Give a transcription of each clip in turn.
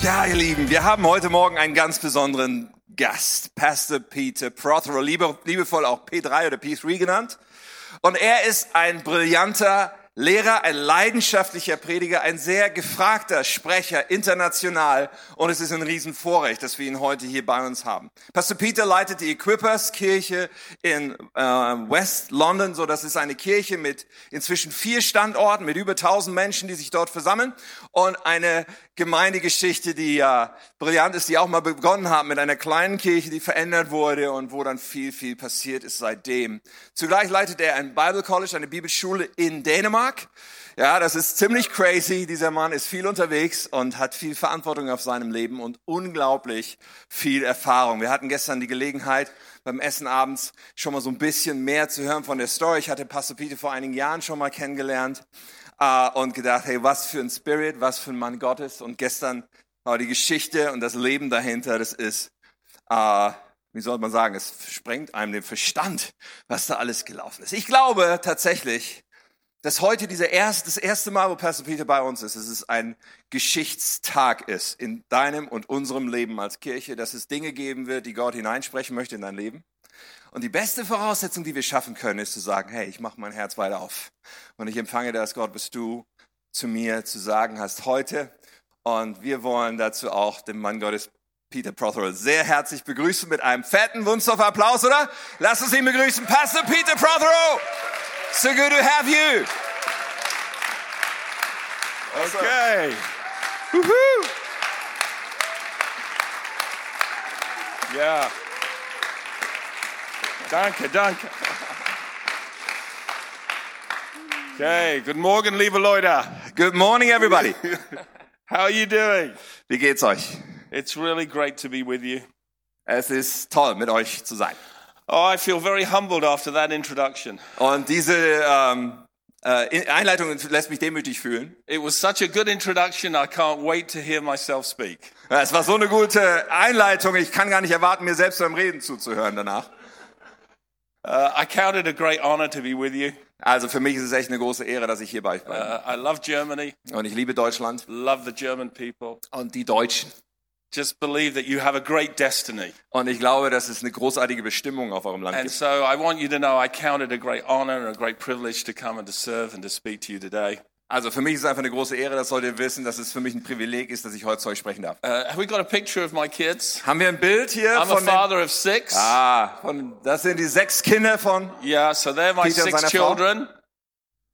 Ja, ihr Lieben, wir haben heute Morgen einen ganz besonderen Gast, Pastor Peter Prothero, liebe, liebevoll auch P3 oder P3 genannt. Und er ist ein brillanter Lehrer, ein leidenschaftlicher Prediger, ein sehr gefragter Sprecher international. Und es ist ein Riesenvorrecht, dass wir ihn heute hier bei uns haben. Pastor Peter leitet die Equippers Kirche in äh, West London. So, das ist eine Kirche mit inzwischen vier Standorten, mit über 1000 Menschen, die sich dort versammeln. Und eine Gemeindegeschichte, die ja brillant ist, die auch mal begonnen haben mit einer kleinen Kirche, die verändert wurde und wo dann viel, viel passiert ist seitdem. Zugleich leitet er ein Bible College, eine Bibelschule in Dänemark. Ja, das ist ziemlich crazy. Dieser Mann ist viel unterwegs und hat viel Verantwortung auf seinem Leben und unglaublich viel Erfahrung. Wir hatten gestern die Gelegenheit, beim Essen abends schon mal so ein bisschen mehr zu hören von der Story. Ich hatte Pastor Pete vor einigen Jahren schon mal kennengelernt äh, und gedacht, hey, was für ein Spirit, was für ein Mann Gottes. Und gestern war die Geschichte und das Leben dahinter, das ist äh, wie soll man sagen, es sprengt einem den Verstand, was da alles gelaufen ist. Ich glaube tatsächlich, dass heute dieser erst, das erste Mal, wo Pastor Peter bei uns ist, dass es ein Geschichtstag ist in deinem und unserem Leben als Kirche, dass es Dinge geben wird, die Gott hineinsprechen möchte in dein Leben. Und die beste Voraussetzung, die wir schaffen können, ist zu sagen, hey, ich mache mein Herz weit auf und ich empfange das, Gott, was du zu mir zu sagen hast heute. Und wir wollen dazu auch den Mann Gottes Peter Prothero sehr herzlich begrüßen mit einem fetten Wunsthofer Applaus, oder? Lass uns ihn begrüßen, Pastor Peter Prothero! So good to have you! Okay. Woohoo. Ja. Danke, danke. Okay, guten Morgen, liebe Leute. Good morning, everybody. How are you doing? Wie geht's euch? It's really great to be with you. Es ist toll, mit euch zu sein. Oh, I feel very humbled after that introduction. Und diese ähm, äh, Einleitung lässt mich demütig fühlen. It was such a good introduction, I can't wait to hear myself speak. Es war so eine gute Einleitung, ich kann gar nicht erwarten, mir selbst beim Reden zuzuhören danach. Uh, I count it a great honor to be with you. Also für mich ist es echt eine große Ehre, dass ich hier bei euch bin. Uh, I love Germany, Und ich liebe Deutschland love the German people. und die Deutschen. Just believe that you have a great destiny. Und ich glaube, dass es eine großartige Bestimmung auf eurem Land And gibt. so I want you to know I count it a great honor and a great privilege to come and to serve and to speak to you today. Also für mich ist es einfach eine große Ehre, das sollt ihr wissen, dass es für mich ein Privileg ist, dass ich heute zu euch sprechen darf. Uh, have we got a picture of my kids? Haben wir ein Bild hier I'm a von den... father of six. Ah, von, das sind die sechs Kinder von... Yeah, so they're my Peter and six seine Frau. children.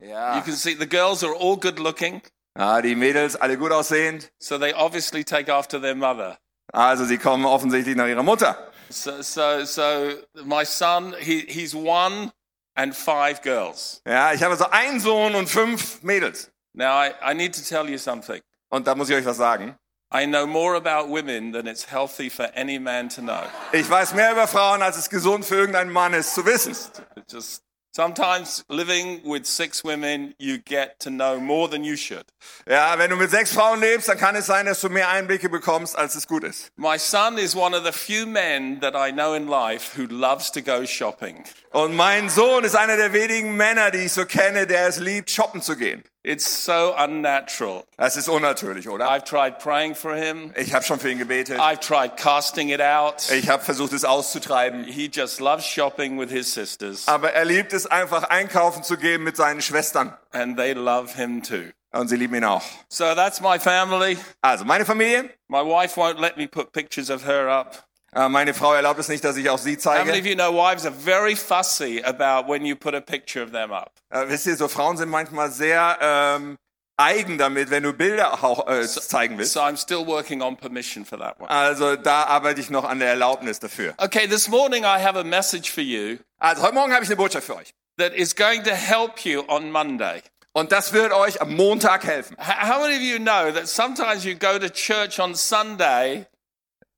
You Ja. can see the girls are all good looking, Ah, die Mädels, alle gut aussehend. so they obviously take after their mother. Also sie kommen offensichtlich nach ihrer Mutter. So, so, so my son, he, he's one and five girls. Ja, ich habe also einen Sohn und fünf Mädels. Now, I, I need to tell you something. Und da muss ich euch was sagen. I know more about women than it's healthy for any man to know. Ich weiß mehr über Frauen, als es gesund für irgendeinen Mann ist zu wissen. It's just sometimes living with six women, you get to know more than you should. Ja, wenn du mit sechs Frauen lebst, dann kann es sein, dass du mehr Einblicke bekommst, als es gut ist. My son is one of the few men that I know in life who loves to go shopping. Und mein Sohn ist einer der wenigen Männer, die ich so kenne, der es liebt, shoppen zu gehen. It's so unnatural. Das ist unnatürlich, oder? I've tried praying for him. Ich habe schon für ihn gebetet. I've tried casting it out. Ich habe versucht, es auszutreiben. He just loves shopping with his sisters, Aber er liebt es einfach, einkaufen zu gehen mit seinen Schwestern. and they love him too. Und sie lieben ihn auch. So that's my family. Also, meine Familie. My wife won't let me put pictures of her up. Äh, Meine Frau erlaubt es nicht, dass ich auch sie How many of zeige. you know wives are very fussy about when you put a picture of them up? Äh, Wisst ihr, so Frauen sind manchmal sehr ähm, eigen damit, wenn du Bilder auch, äh, zeigen willst. So I'm still working on permission for that one. Uh, Also da arbeite ich noch an der Erlaubnis dafür. Okay, this morning I have a message for you Also heute Morgen habe ich eine Botschaft für euch. that is going to help you on Monday. Und das wird euch am Montag helfen. H- How many of you know that sometimes you go to church on Sunday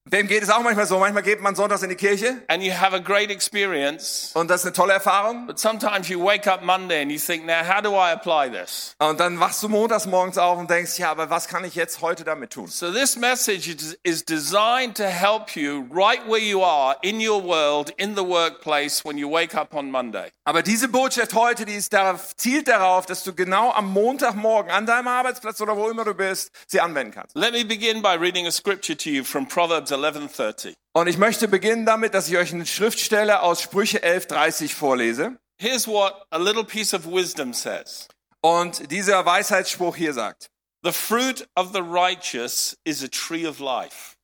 Dem geht es auch manchmal so. Manchmal geht man sonntags in die Kirche and you have a great experience. und das ist eine tolle Erfahrung. But sometimes you wake up Monday and you think, now, how do I apply this? Und dann wachst du montags morgens auf und denkst, ja, aber was kann ich jetzt heute damit tun? So, this message is- is designed to help you right where you are in your world, in the workplace, when you wake up on Monday. Aber diese Botschaft heute, die ist darauf, zielt darauf, dass du genau am Montagmorgen an deinem Arbeitsplatz oder wo immer du bist, sie anwenden kannst. Let me begin by reading a scripture to you from Proverbs 11:30. Und ich möchte beginnen damit, dass ich euch eine Schriftstelle aus Sprüche 11.30 vorlese. Here's what a little piece of wisdom says. Und dieser Weisheitsspruch hier sagt, The fruit of the righteous is a tree of life,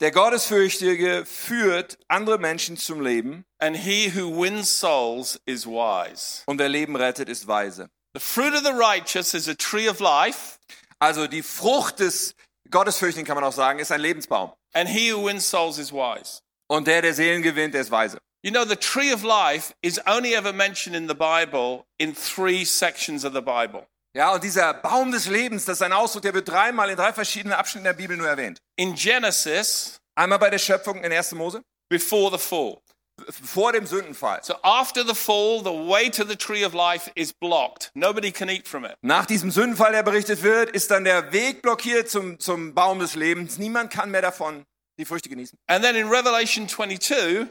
der Gottesfürchtige führt andere Menschen zum Leben and he who wins souls is wise. und wer Leben rettet, ist weise. The fruit of the righteous is a tree of life, Also die Frucht des Gottesfürchtigen, kann man auch sagen, ist ein Lebensbaum. and he who wins souls is wise. Und der, der Seelen gewinnt, der ist weise. You know, the tree of life is only ever mentioned in the Bible in three sections of the Bible. Ja, und dieser Baum des Lebens, das ist ein Ausdruck, der wird dreimal in drei verschiedenen Abschnitten der Bibel nur erwähnt. In Genesis, Einmal bei der Schöpfung in 1. Mose, before the fall. vor dem Sündenfall. So after the fall, the way to the tree of life is blocked. Nobody can eat from it. Nach diesem Sündenfall, der berichtet wird, ist dann der Weg blockiert zum, zum Baum des Lebens. Niemand kann mehr davon die Früchte genießen. And then in Revelation 22,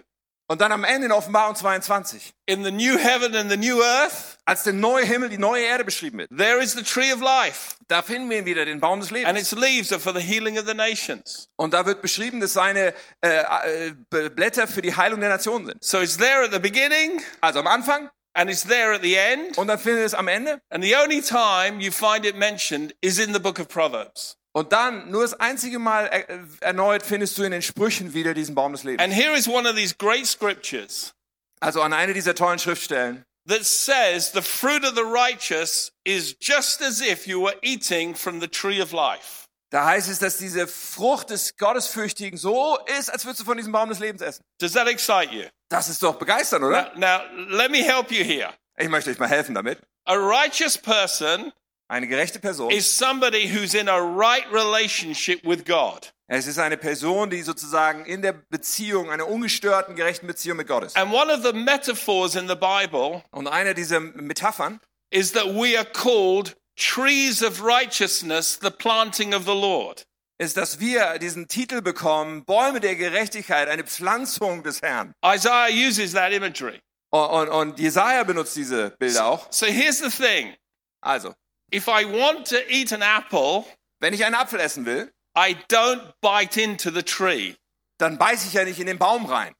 Und dann am Ende in Offenbarung 22, in the new heaven and the new earth, als der neue Himmel, die neue Erde beschrieben wird, there is the tree of life, da finden wir ihn wieder, den Baum des and Lebens. its leaves are for the healing of the nations. Und da wird beschrieben, dass seine äh, äh, Blätter für die Heilung der Nationen sind. So it's there at the beginning, Also am Anfang and it's there at the end. und dann findet es am Ende. And the only time you find it mentioned is in the book of Proverbs. Und dann, nur das einzige Mal äh, erneut, findest du in den Sprüchen wieder diesen Baum des Lebens. And here is one of these great scriptures Also an eine dieser tollen Schriftstellen. that says the fruit of the righteous is just as if you were eating from the tree of life. Da heißt es, dass diese Frucht des Gottesfürchtigen so ist, als würdest du von diesem Baum des Lebens essen. Does that excite you? Das ist doch begeistern, Now, oder? now, let me help you here. Ich möchte euch mal helfen damit. A righteous person Eine gerechte Person. is somebody who's in a right relationship with God. Es ist eine Person, die sozusagen in der Beziehung, einer ungestörten, gerechten Beziehung mit Gott ist. And one of the metaphors in the Bible Und eine dieser Metaphern is that we are called trees of righteousness, the planting of the Lord. ist, dass wir diesen Titel bekommen, Bäume der Gerechtigkeit, eine Pflanzung des Herrn. Isaiah uses that imagery. Und, und, und Jesaja benutzt diese Bilder auch. So here's the thing Also, if I want to eat an apple, wenn ich einen Apfel essen will, I don't bite into the tree. dann beiß ich ja nicht in den Baum rein,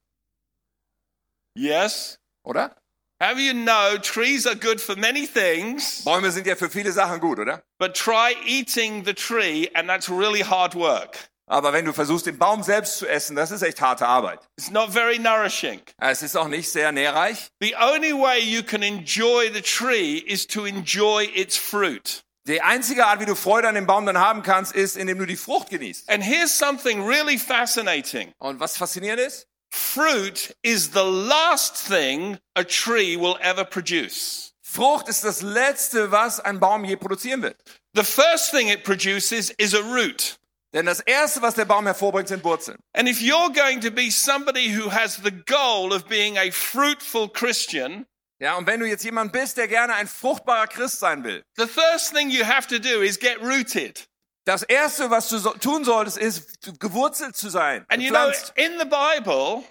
Yes? oder? How do you know trees are good for many things? Bäume sind ja für viele Sachen gut, oder? But try eating the tree, and that's really hard work. Aber wenn du versuchst, den Baum selbst zu essen, das ist echt harte Arbeit. It's not very nourishing. Es ist auch nicht sehr nährreich. The only way you can enjoy the tree is to enjoy its fruit. Die einzige Art, wie du Freude an dem Baum dann haben kannst, ist, indem du die Frucht genießt. And here's something really fascinating Und was faszinierend ist, fruit is the last thing a tree will ever produce. Frucht ist das Letzte, was ein Baum je produzieren wird. The first thing it produces is a root. Denn das Erste, was der Baum hervorbringt, sind Wurzeln. And if you're going to be somebody who has the goal of being a fruitful Christian, Ja, und wenn du jetzt jemand bist, der gerne ein fruchtbarer Christ sein will, the first thing you have to do is get rooted. das Erste, was du so tun solltest, ist, gewurzelt zu sein, And you know, gepflanzt. in the Bible,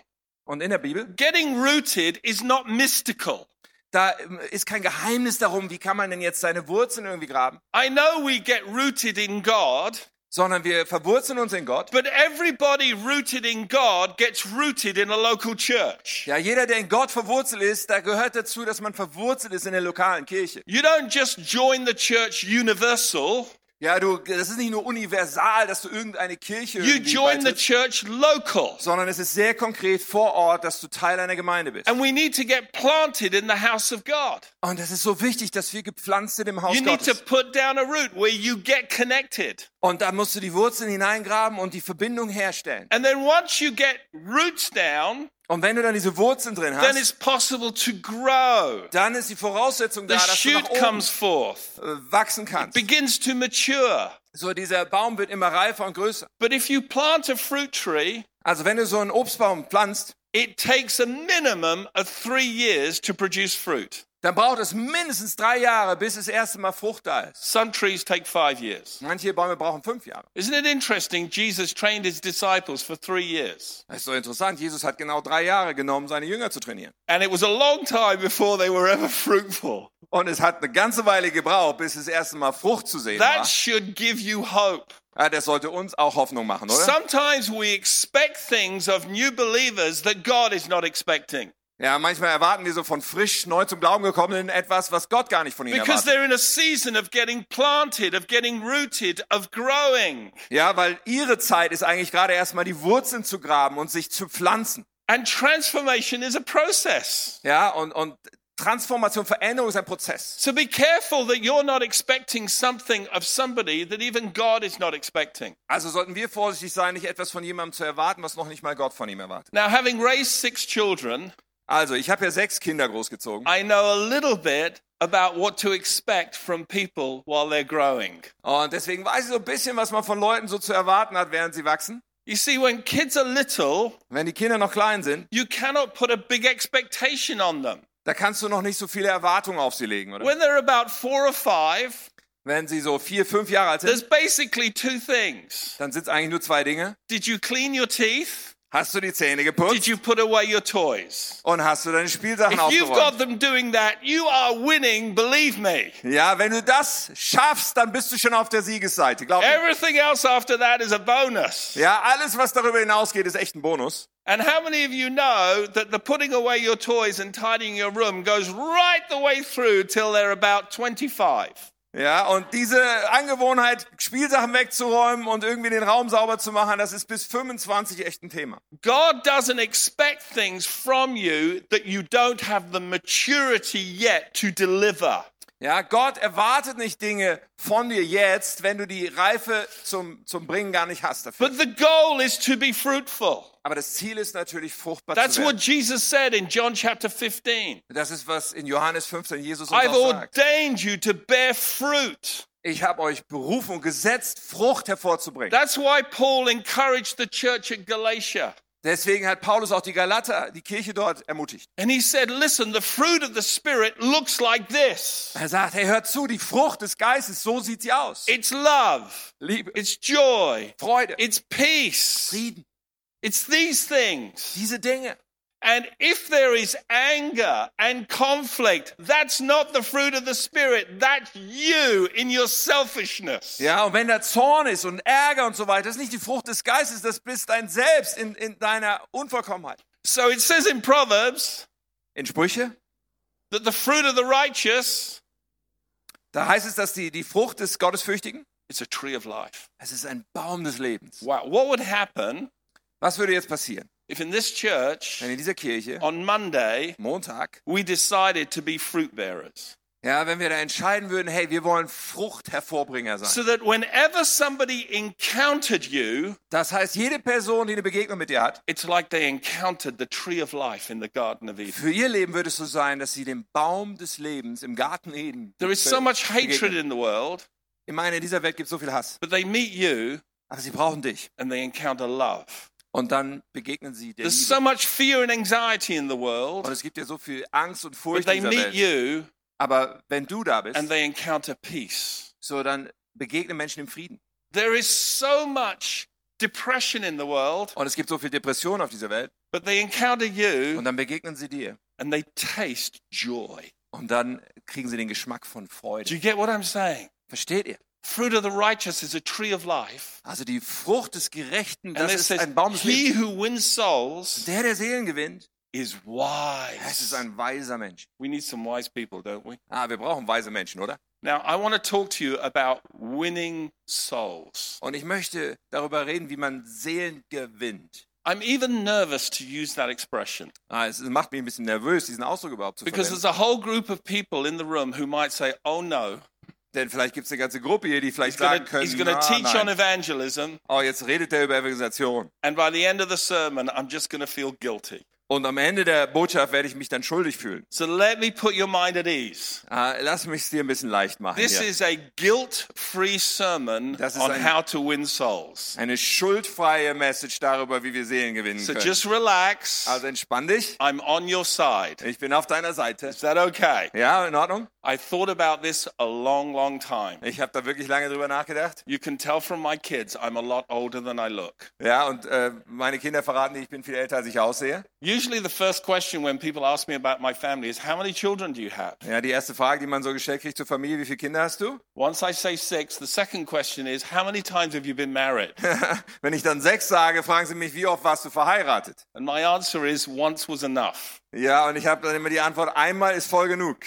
Und in der Bibel, getting rooted is not mystical. da ähm, ist kein Geheimnis darum, wie kann man denn jetzt seine Wurzeln irgendwie graben, I know we get rooted in God, sondern wir verwurzeln uns in Gott. but everybody rooted in God gets rooted in a local church. Ja, jeder, der in Gott verwurzelt ist, da gehört dazu, dass man verwurzelt ist in der lokalen Kirche. You don't just join the church universal, Ja, du, das ist nicht nur universal, dass du irgendeine Kirche you irgendwie join the beitrittst, church local. sondern es ist sehr konkret vor Ort, dass du Teil einer Gemeinde bist. And we need to get planted in the house of God. Und es ist so wichtig, dass wir gepflanzt sind im Haus You need to Gottes. put down a root where you get connected. Und da musst du die Wurzeln hineingraben und die Verbindung herstellen. And then once you get roots down, Und wenn du dann diese Wurzeln drin then hast, it's possible to grow. dann ist die Voraussetzung da, The dass du nach shoot oben comes forth, äh, wachsen kannst. begins to mature. So, dieser Baum wird immer reifer und größer. But if you plant a fruit tree, Also, wenn du so einen Obstbaum pflanzt, it takes a minimum of three years to produce fruit. dann braucht es mindestens drei Jahre, bis das erste Mal Frucht da ist. Some trees take five years. Manche Bäume brauchen fünf Jahre. Isn't it interesting? Jesus trained his disciples for three years. Das ist so interessant. Jesus hat genau drei Jahre genommen, seine Jünger zu trainieren. And it was a long time before they were ever fruitful. Und es hat eine ganze Weile gebraucht, bis das erste Mal Frucht zu sehen That war. should give you hope. Ja, das sollte uns auch Hoffnung machen, oder? Sometimes we expect things of new believers that God is not expecting Ja, manchmal erwarten wir so von frisch neu zum Glauben gekommenen etwas, was Gott gar nicht von ihnen because erwartet. they're in a season of getting planted, of getting rooted, of growing. Ja, weil ihre Zeit ist eigentlich gerade erstmal die Wurzeln zu graben und sich zu pflanzen. And transformation is a process. Ja, und, und Transformation, Veränderung ist ein Prozess. So be careful that you're not expecting something of somebody that even God is not expecting. Also sollten wir vorsichtig sein, nicht etwas von jemandem zu erwarten, was noch nicht mal Gott von ihm erwartet. Now, having raised six children, Also, ich habe ja sechs Kinder großgezogen I know a little bit about what to expect from people while they're growing. und deswegen weiß ich so ein bisschen, was man von Leuten so zu erwarten hat, während sie wachsen. You see, when kids are little, Wenn die Kinder noch klein sind, you cannot put a big expectation on them. da kannst du noch nicht so viele Erwartungen auf sie legen, oder? When they're about four or five, Wenn sie so vier, fünf Jahre alt there's sind, basically two things. dann sind eigentlich nur zwei Dinge. Did you clean your teeth? Hast du die Zähne Did geputzt you put away your toys? und hast du deine Spielsachen If you've got aufgeräumt? them doing that, you are winning, believe me. Ja, wenn du das schaffst, dann bist du schon auf der Siegesseite, glaub mir. Everything else after that is a bonus. Ja, alles, was darüber hinausgeht, ist echt ein Bonus. And how many of you know that the putting away your toys and tidying your room goes right the way through till they're about 25? Ja, und diese Angewohnheit, Spielsachen wegzuräumen und irgendwie den Raum sauber zu machen, das ist bis 25 echt ein Thema. God doesn't expect things from you that you don't have the maturity yet to deliver. Ja, Gott erwartet nicht Dinge von dir jetzt, wenn du die Reife zum, zum Bringen gar nicht hast dafür. But the goal is to be fruitful. Aber das Ziel ist natürlich, fruchtbar That's zu what werden. Jesus said in John chapter 15. Das ist, was in Johannes 15 Jesus uns I've auch sagt. ordained you to bear fruit. Ich habe euch berufen und gesetzt, Frucht hervorzubringen. That's why Paul encouraged the church at Galatia. Deswegen hat Paulus auch die Galater, die Kirche dort, ermutigt. And he said, Listen, the fruit of the Spirit looks like this Er sagt, hey, hört zu, die Frucht des Geistes, so sieht sie aus. it's love, Liebe, it's joy, Freude, it's peace, Frieden, it's these things. diese Dinge. And if there is anger and conflict, that's not the fruit of the Spirit, that's you in your selfishness. Ja, und wenn da Zorn ist und Ärger und so weiter, das ist nicht die Frucht des Geistes, das bist dein Selbst in, in deiner Unvollkommenheit. So it says in Proverbs In Sprüche, that the fruit of the righteous da heißt es, dass die, die Frucht des Gottesfürchtigen, is a tree of life. es ist ein Baum des Lebens. Wow. What would happen Was würde jetzt passieren, if in this church wenn in dieser Kirche on Monday Montag, we decided to be fruit bearers? ja, wenn wir da entscheiden würden, hey, wir wollen Fruchthervorbringer sein. So that whenever somebody encountered you, Das heißt, jede Person, die eine Begegnung mit dir hat, it's like they encountered the tree of life in the Garden of Eden. für ihr Leben würde es so sein, dass sie dem Baum des Lebens im Garten Eden. There is so much hatred begegnen. in the world, Ich meine, in dieser Welt gibt es so viel Hass, but they meet you aber sie brauchen dich. and they encounter love. Und dann begegnen sie dir. There's so much fear and anxiety in the Und world, es gibt ja so viel Angst und but Furcht they in dieser meet Welt. you Aber wenn du da and bist, they encounter peace. so dann begegnen Menschen im Frieden. There is so much depression in the world, Und es gibt so viel Depression auf dieser Welt. but they encounter Und you dann begegnen sie dir. and they taste joy. Und dann kriegen sie den Geschmack von Do Freude. you get what I'm saying? Versteht ihr? Fruit of the righteous is a tree of life. Also die Frucht des Gerechten, And das it ist says, ein Baum des He Lebens. who wins souls Der, der Seelen gewinnt, is das ist wise. ein weiser Mensch. We need some wise people, don't we? Ah, wir brauchen weise Menschen, oder? Now, I want to talk to you about winning souls. Und ich möchte darüber reden, wie man Seelen gewinnt. I'm even nervous to use that expression Ah, es macht mich ein bisschen nervös, diesen Ausdruck überhaupt zu because verwenden. there's a whole group of people in the room who might say, Oh no, Denn vielleicht gibt es eine ganze Gruppe hier, die he's vielleicht going sagen to können, ah, teach on nein. evangelism, Oh, jetzt redet er über Evangelisation. and by the end of the sermon, I'm just going to feel guilty. Und am Ende der Botschaft werde ich mich dann schuldig fühlen. So let me put your mind at ease. Äh, lass mich es dir ein bisschen leicht machen. This Hier. is a guilt free sermon Das ist on ein- how to win souls. Eine schuldfreie Message darüber, wie wir Seelen gewinnen So können. just relax. Also entspann dich. I'm on your side. Ich bin auf deiner Seite. Is that okay? Ja, in Ordnung. I thought about this a long, long time. Ich habe da wirklich lange drüber nachgedacht. You can tell from my kids, I'm a lot older than I look. Ja, und äh, meine Kinder verraten, dir, ich bin viel älter, als ich aussehe. Usually, the first question when people ask me about my family is, How many children do you have? Ja, die erste Frage, die man so gestellt kriegt zur Familie, wie viele Kinder hast du? Once I say six, the second question is, How many times have you been married? Wenn ich dann sechs sage, fragen sie mich, wie oft warst du verheiratet? And my answer is, Once was enough. Ja, und ich habe dann immer die Antwort, einmal ist voll genug.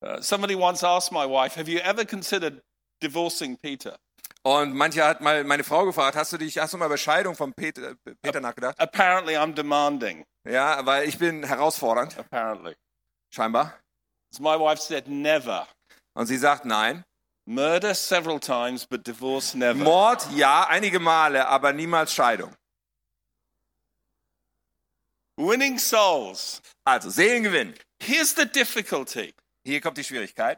Uh, somebody once asked my wife, Have you ever considered divorcing Peter? Und mancher hat mal meine Frau gefragt, hast du dich, hast du mal über Scheidung von Peter, Peter nachgedacht? Apparently, I'm demanding. Ja, weil ich bin herausfordernd, Apparently. scheinbar. So my wife said, Never. Und sie sagt nein. Murder several times, but divorce never. Mord, ja, einige Male, aber niemals Scheidung. Winning souls. Also, Seelengewinn. Here's the difficulty. Hier kommt die Schwierigkeit.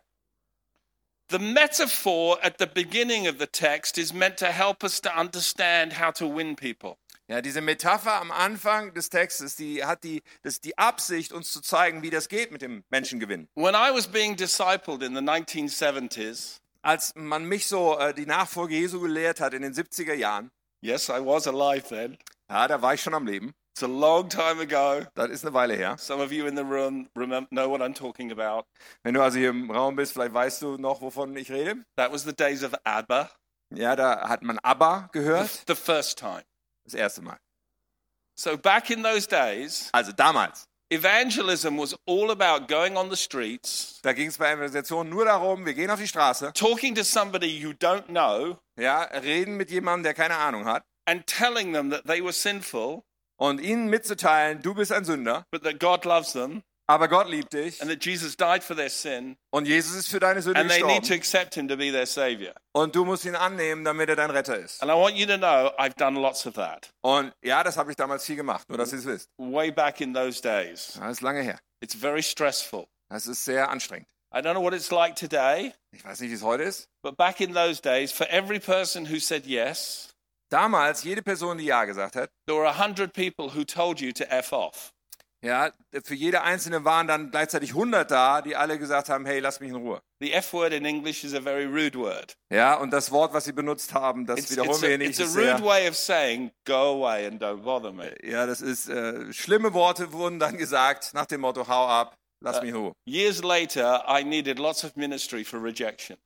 The metaphor at the beginning of the text is meant to help us to understand how to win people. Ja, diese Metapher am Anfang des Textes, die hat die, das ist die Absicht, uns zu zeigen, wie das geht mit dem Menschengewinn. When I was being discipled in the 1970s, Als man mich so äh, die Nachfolge Jesu gelehrt hat in den 70er Jahren, yes, I was alive then. ja, da war ich schon am Leben. It's a long time ago. Das ist eine Weile her. Some of you in the room remem- know what I'm talking about. Wenn du also hier im Raum bist, vielleicht weißt du noch, wovon ich rede. That was the days of ABBA, Ja, da hat man ABBA gehört. the first time. Das erste Mal. So back in those days, Also damals. evangelism was all about going on the streets, Da ging es bei Evangelisationen nur darum, wir gehen auf die Straße, talking to somebody you don't know, ja, reden mit jemandem, der keine Ahnung hat and telling them that they were sinful, und ihnen mitzuteilen, du bist ein Sünder, but that God loves them aber Gott liebt dich and that Jesus died for their sin und Jesus ist für deine Sünde and they need to gestorben accept him to be their savior. und du musst ihn annehmen, damit er dein Retter ist. And I want you to know I've done lots of that Und ja, das habe ich damals viel gemacht, nur dass ihr es wisst. way back in those days. Ja, Das ist lange her. It's very stressful. Das ist sehr anstrengend. I don't know what it's like today, Ich weiß nicht, wie es heute ist. but back in those days, for every person who said yes, Damals, jede Person, die Ja gesagt hat, there were 100 people who told you to F off. Ja, für jede einzelne waren dann gleichzeitig 100 da, die alle gesagt haben, hey, lass mich in Ruhe. The F word in English is a very rude word. Ja, und das Wort, was sie benutzt haben, das It's, wiederholen it's wir a, hier nicht. it's a Ist rude sehr, way of saying, go away and don't bother me. ja, das ist, äh, schlimme Worte wurden dann gesagt, nach dem Motto, hau ab, Äh, lass mich in Ruhe. Years later, I needed lots of ministry for rejection.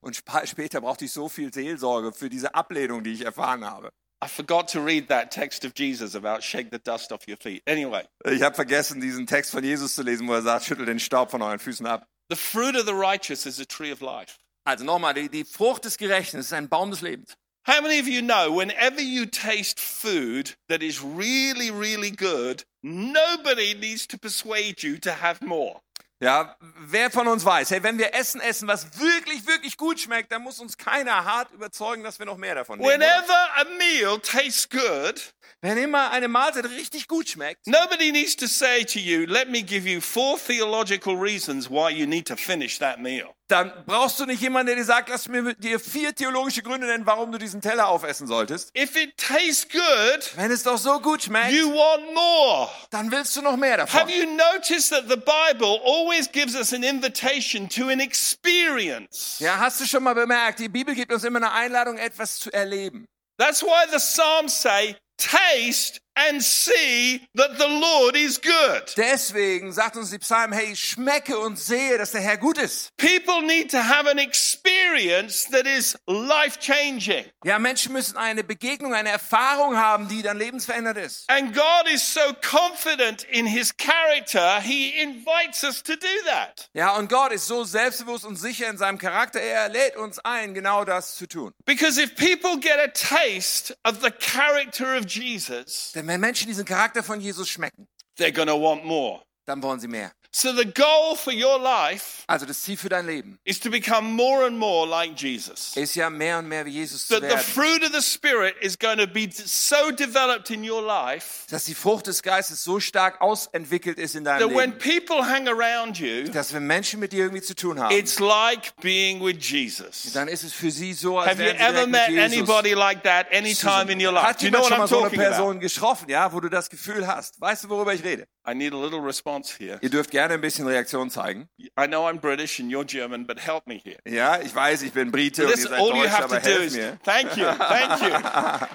Und spa- später brauchte ich so viel Seelsorge für diese Ablehnung, die ich erfahren habe. I forgot to read that text of Jesus about shake the dust off your feet. Anyway, Ich habe vergessen, diesen Text von Jesus zu lesen, wo er sagt, schüttel den Staub von euren Füßen ab. the fruit of the righteous is a tree of life. Also nochmal, die, die Frucht des Gerechten ist ein Baum des Lebens. How many of you know whenever you taste food that is really, really good, nobody needs to persuade you to have more? Ja, wer von uns weiß, hey, wenn wir Essen essen, was wirklich, wirklich gut schmeckt, dann muss uns keiner hart überzeugen, dass wir noch mehr davon nehmen. oder? Whenever a meal tastes good, Wenn immer eine Mahlzeit richtig gut schmeckt, nobody needs to say to you, let me give you four theological reasons why you need to finish that meal. dann brauchst du nicht jemanden, der dir sagt, lass mir dir vier theologische Gründe nennen, warum du diesen Teller aufessen solltest. If it tastes good, Wenn es doch so gut schmeckt, you want more. dann willst du noch mehr Have davon. you noticed that the Bible always gives us an invitation to an experience? Ja, hast du schon mal bemerkt, die Bibel gibt uns immer eine Einladung, etwas zu erleben. That's why the Psalms say, Taste and see that the Lord is good. Deswegen sagt uns die Psalmen, hey, schmecke und sehe, dass der Herr gut ist. People need to have an experience that is life changing. Ja, Menschen müssen eine Begegnung, eine Erfahrung haben, die dann lebensverändert ist. And God is so confident in his character, he invites us to do that. Ja, und Gott ist so selbstbewusst und sicher in seinem Charakter, er lädt uns ein, genau das zu tun. Because if people get a taste of the character of Jesus, Denn wenn Menschen diesen Charakter von Jesus schmecken, they're going to want more. dann wollen sie mehr. So the goal for your life Also das Ziel für dein Leben is to become more and more like Jesus. ist ja mehr und mehr wie Jesus zu That the werden. fruit of the Spirit is going to be so developed in your life Dass die Frucht des Geistes so stark ausentwickelt ist in deinem that when Leben, people hang around you, dass wenn Menschen mit dir irgendwie zu tun haben, it's like being with Jesus. dann ist es für sie so, als Have you wären sie ever direkt met mit Jesus anybody like that any time in your life? Hat Do you know jemand schon what I'm mal so eine talking about? Person getroffen, ja, wo du das Gefühl hast? Weißt du, worüber ich rede? I need a little response here. Ihr dürft gerne ein bisschen Reaktion zeigen. I know I'm British and you're German, but help me here. Ja, ich weiß, ich bin Brite und ihr This, seid all you Deutsch, have aber to do helft is mir. thank you, thank you.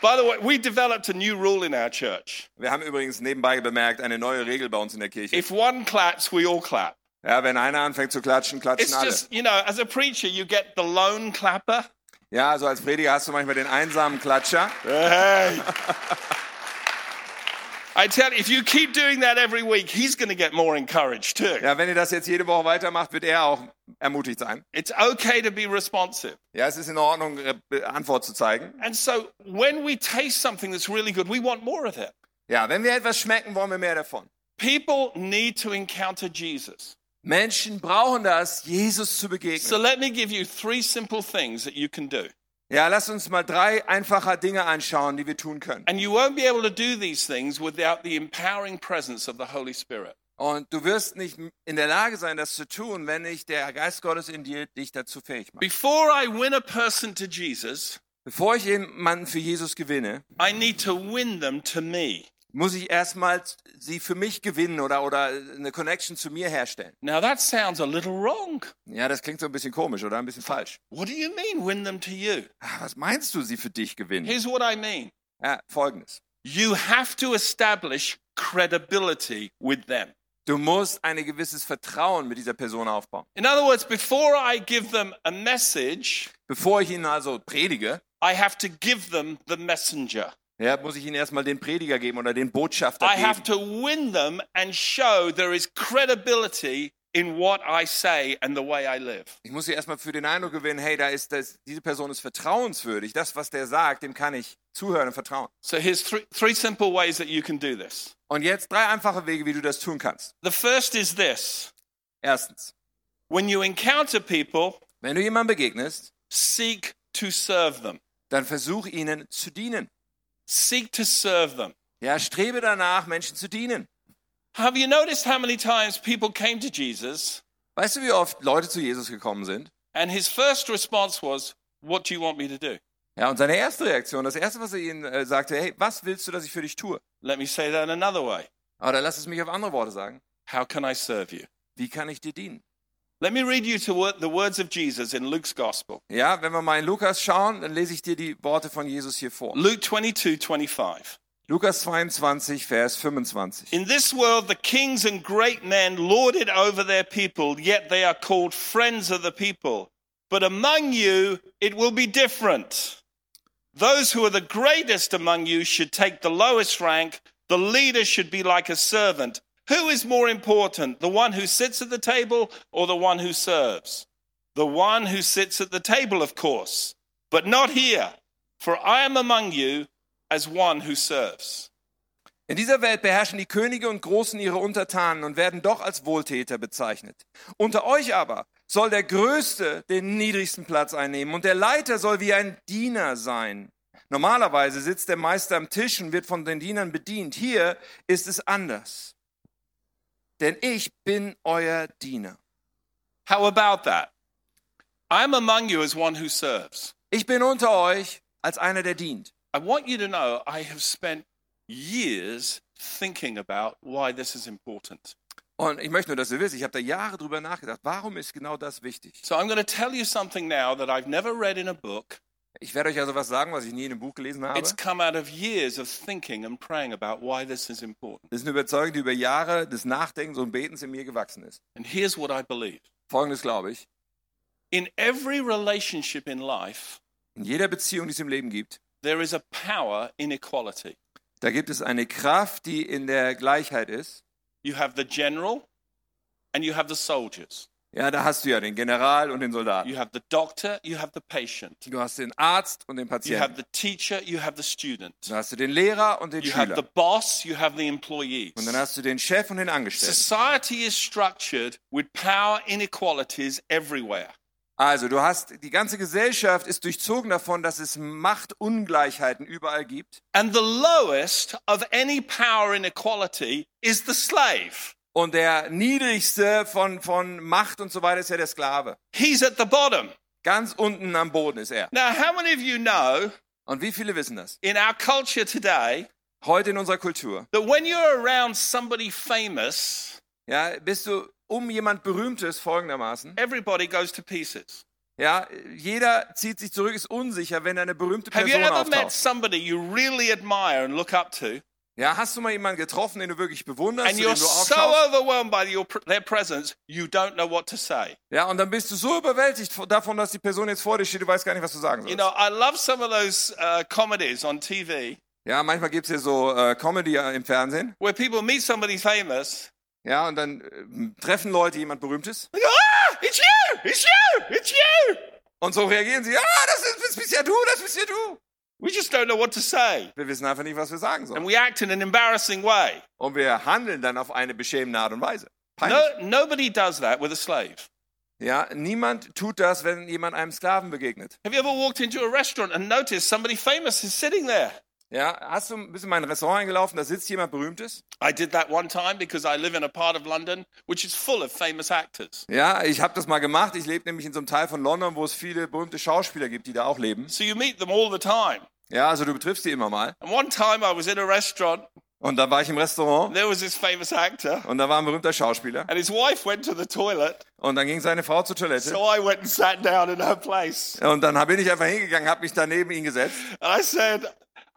By the way, we developed a new rule in our church. Wir haben übrigens nebenbei bemerkt eine neue Regel bei uns in der Kirche. If one claps, we all clap. Ja, wenn einer anfängt zu klatschen, It's klatschen alle. just, you know, as a preacher, you get the lone clapper. Ja, also als Prediger hast du manchmal den einsamen Klatscher. Hey. I tell you, if you keep doing that every week, he's going to get more encouraged too. Ja, wenn ihr das jetzt jede Woche weitermacht, wird er auch ermutigt sein. It's okay to be responsive. Ja, es ist in Ordnung, äh, Antwort zu zeigen. And so when we taste something that's really good, we want more of it. Ja, wenn wir etwas schmecken, wollen wir mehr davon. People need to encounter Jesus. Menschen brauchen das, Jesus zu So begegnen. let me give you three simple things that you can do. Ja, lass uns mal drei einfache Dinge anschauen, die wir tun können. And you won't be able to do these things without the empowering presence of the Holy Spirit. Und du wirst nicht in der Lage sein, das zu tun, wenn nicht der Geist Gottes in dir dich dazu fähig macht. Before I win a person to Jesus, Bevor ich jemanden für Jesus gewinne, I need to win them to me. muss ich erstmal sie für mich gewinnen oder, oder eine Connection zu mir herstellen. Now that sounds a little wrong. Ja, das klingt so ein bisschen komisch oder ein bisschen falsch. What do you mean, win them to you? Ah, Was meinst du, sie für dich gewinnen? Here's what I mean Ja, Folgendes. you have to establish credibility with them. Du musst ein gewisses Vertrauen mit dieser Person aufbauen. In other words, before I give them a message, Bevor ich ihnen also predige, I have to give them the messenger. ja, muss ich ihnen erstmal den Prediger geben oder den Botschafter I have geben. to win them and show there is credibility in what I say and the way I live. Ich muss sie erstmal für den Eindruck gewinnen, hey, da ist das, diese Person ist vertrauenswürdig. Das, was der sagt, dem kann ich zuhören und vertrauen. So here's three, three simple ways that you can do this. Und jetzt drei einfache Wege, wie du das tun kannst. The first is this Erstens, when you encounter people, wenn du jemandem begegnest, seek to serve them. dann versuch ihnen zu dienen. Seek to serve them. Ja, strebe danach, Menschen zu dienen. Have you noticed how many times people came to Jesus Weißt du, wie oft Leute zu Jesus gekommen sind? and his first response was, What do you want me to do? Ja, und seine erste Reaktion, das erste, was er ihnen äh, sagte, hey, was willst du, dass ich für dich tue? Let me say that another way. Oder lass es mich auf andere Worte sagen. How can I serve you? Wie kann ich dir dienen? Let me read you to wo- the words of Jesus in Luke's Gospel. Ja, wenn wir mal in Lukas schauen, dann lese ich dir die Worte von Jesus hier vor. Luke 22, 25. Lukas 22, Vers 25. In this world, the kings and great men lord it over their people, yet they are called friends of the people. But among you, it will be different. Those who are the greatest among you should take the lowest rank. The leader should be like a servant. Who is more important, the one who sits at the table or the one who serves? The one who sits at the table, of course, but not here, for I am among you as one who serves. In dieser Welt beherrschen die Könige und Großen ihre Untertanen und werden doch als Wohltäter bezeichnet. Unter euch aber soll der Größte den niedrigsten Platz einnehmen und der Leiter soll wie ein Diener sein. Normalerweise sitzt der Meister am Tisch und wird von den Dienern bedient. Hier ist es anders. Denn ich bin euer Diener. How about that? I'm among you as one who serves. Ich bin unter euch als einer, der dient. I want you to know I have spent years thinking about why this is important. Und ich möchte nur, dass ihr wisst, ich habe da Jahre drüber nachgedacht. Warum ist genau das wichtig? So I'm going to tell you something now that I've never read in a book. Ich werde euch also was sagen, was ich nie in einem Buch gelesen habe. It's come out of years of thinking and praying about why this is important. Das ist eine Überzeugung, die über Jahre des Nachdenkens und Betens in mir gewachsen ist. And here's what I believe Folgendes glaube ich. in every relationship in life, In jeder Beziehung, die es im Leben gibt, there is a power inequality. da gibt es eine Kraft, die in der Gleichheit ist. You have the general and you have the soldiers. Ja, da hast du ja den General und den Soldaten. You have the doctor, you have the patient. Du hast den Arzt und den You have Patienten. the teacher, you have the student. Dann hast du den Lehrer und den You have Schüler. the boss, you have the employees. Und dann hast du den Chef und den Angestellten. Society is structured with power inequalities everywhere. Also, du hast, die ganze Gesellschaft ist durchzogen davon, dass es Machtungleichheiten überall gibt. And the lowest of any power inequality is the slave. Und der niedrigste von, von Macht und so weiter ist ja der Sklave. He's at the bottom. Ganz unten am Boden ist er. Now, how many of you know Und wie viele wissen das? in our culture today Heute in unserer Kultur. that when you're around somebody famous, Ja, bist du um jemand Berühmtes folgendermaßen. everybody goes to pieces? Ja, jeder zieht sich zurück, ist unsicher, wenn eine berühmte Have you Person ever met auftaucht. somebody you really admire and look up to, Ja, hast du mal jemanden getroffen, den du wirklich bewunderst, and zu dem you're du so aufschaust? overwhelmed by your, their presence, you don't know what to say? Ja, und dann bist du so überwältigt von- davon, dass die Person jetzt vor dir steht, du weißt gar nicht, was du sagen You sollst. know, I love some of those uh, comedies on TV Ja, manchmal gibt's hier so äh, Comedy im Fernsehen. where people meet somebody famous. Ja, und dann äh, treffen Leute jemand Berühmtes. They go, ah, it's you, it's you, it's you. Und so reagieren sie, ah, das, ist, das bist ja du, das bist ja du. We just don't know what to say. Wir wissen einfach nicht, was wir sagen And sollen. we act in an embarrassing way. Und wir handeln dann auf eine beschämende Art und Weise. Peinlich. No, nobody does that with a slave. Ja, niemand tut das, wenn jemand einem Sklaven begegnet. Have you ever walked into a restaurant and noticed somebody famous is sitting there? Ja, hast du ein bisschen mein Restaurant eingelaufen, da sitzt jemand Berühmtes? I did that one time because I live in a part of London which is full of famous actors. Ja, ich habe das mal gemacht. Ich lebe nämlich in so einem Teil von London, wo es viele berühmte Schauspieler gibt, die da auch leben. So you meet them all the time. Ja, also du triffst die immer mal. And one time I was in a restaurant, Und dann war ich im and Restaurant there was this famous actor, und da war ein berühmter Schauspieler. and his wife went to the toilet. Und dann ging seine Frau zur Toilette. So I went and sat down in her place. Und dann bin ich einfach hingegangen, habe mich daneben ihn gesetzt. And I said,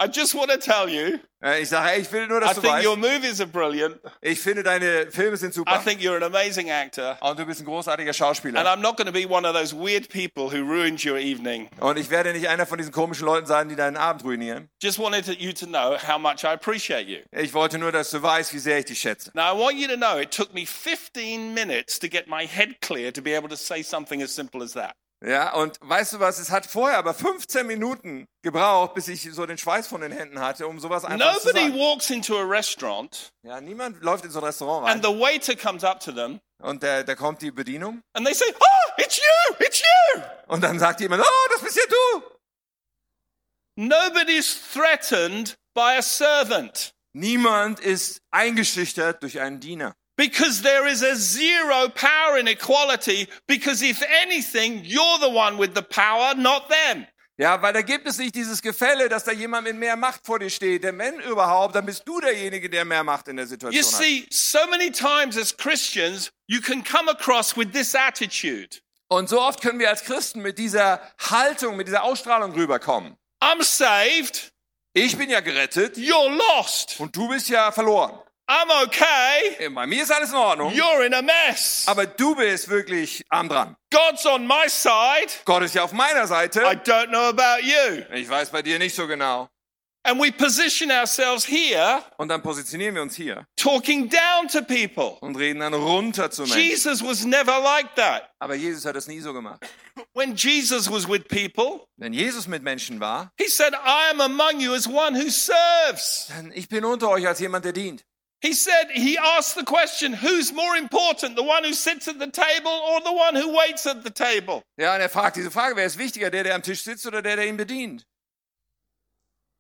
I just want to tell you, Äh, Ich sage, hey, ich will nur, I dass du think your weißt, movies are brilliant. ich finde deine Filme sind I super. think you're an amazing actor. Und du bist ein großartiger And Schauspieler. I'm not going to be one of those weird people who ruined your evening. Und ich werde nicht einer von diesen komischen Leuten sein, die deinen Abend ruinieren. Just wanted to- you to know how much I appreciate you. Ich wollte nur, dass du weißt, wie sehr ich dich schätze. Now, I want you to know it took me 15 minutes to get my head clear to be able to say something as simple as that. Ja, und weißt du was? Es hat vorher aber 15 Minuten gebraucht, bis ich so den Schweiß von den Händen hatte, um sowas einfach zu Nobody sagen. walks into a restaurant Ja, niemand läuft in so ein Restaurant and rein the waiter comes up to them und da, da kommt die Bedienung and they say, Oh, it's you, it's you. und dann sagt jemand, oh, das bist ja du. Nobody's threatened by a servant Niemand ist eingeschüchtert durch einen Diener. because there is a zero power inequality. Because if anything, you're the one with the power, not them. Ja, weil da gibt es nicht dieses Gefälle, dass da jemand mit mehr Macht vor dir steht. Denn wenn überhaupt, dann bist du derjenige, der mehr Macht in der You Situation hat. see, so many times as Christians, you can come across with this attitude Und so oft können wir als Christen mit dieser Haltung, mit dieser Ausstrahlung rüberkommen. I'm saved, Ich bin ja gerettet you're lost. und du bist ja verloren. I'm okay, Ey, Bei mir ist alles in Ordnung, you're in a mess. aber du bist wirklich arm dran. God's on my side, Gott ist ja auf meiner I Seite. don't know about you. Ich weiß bei dir nicht so genau. And we position ourselves here Und dann positionieren wir uns hier talking down to people. und reden dann runter zu Menschen. Jesus was never like that. Aber Jesus hat das nie so gemacht. When Jesus was with people, Wenn Jesus mit Menschen war, he said, I am among you as one who serves. dann ich bin unter euch als jemand, der dient. He said, he asked the question, who's more important, the one who sits at the table or the one who waits at the table? Ja, und er fragt diese Frage, wer ist wichtiger, der, der am Tisch sitzt oder der, der ihn bedient?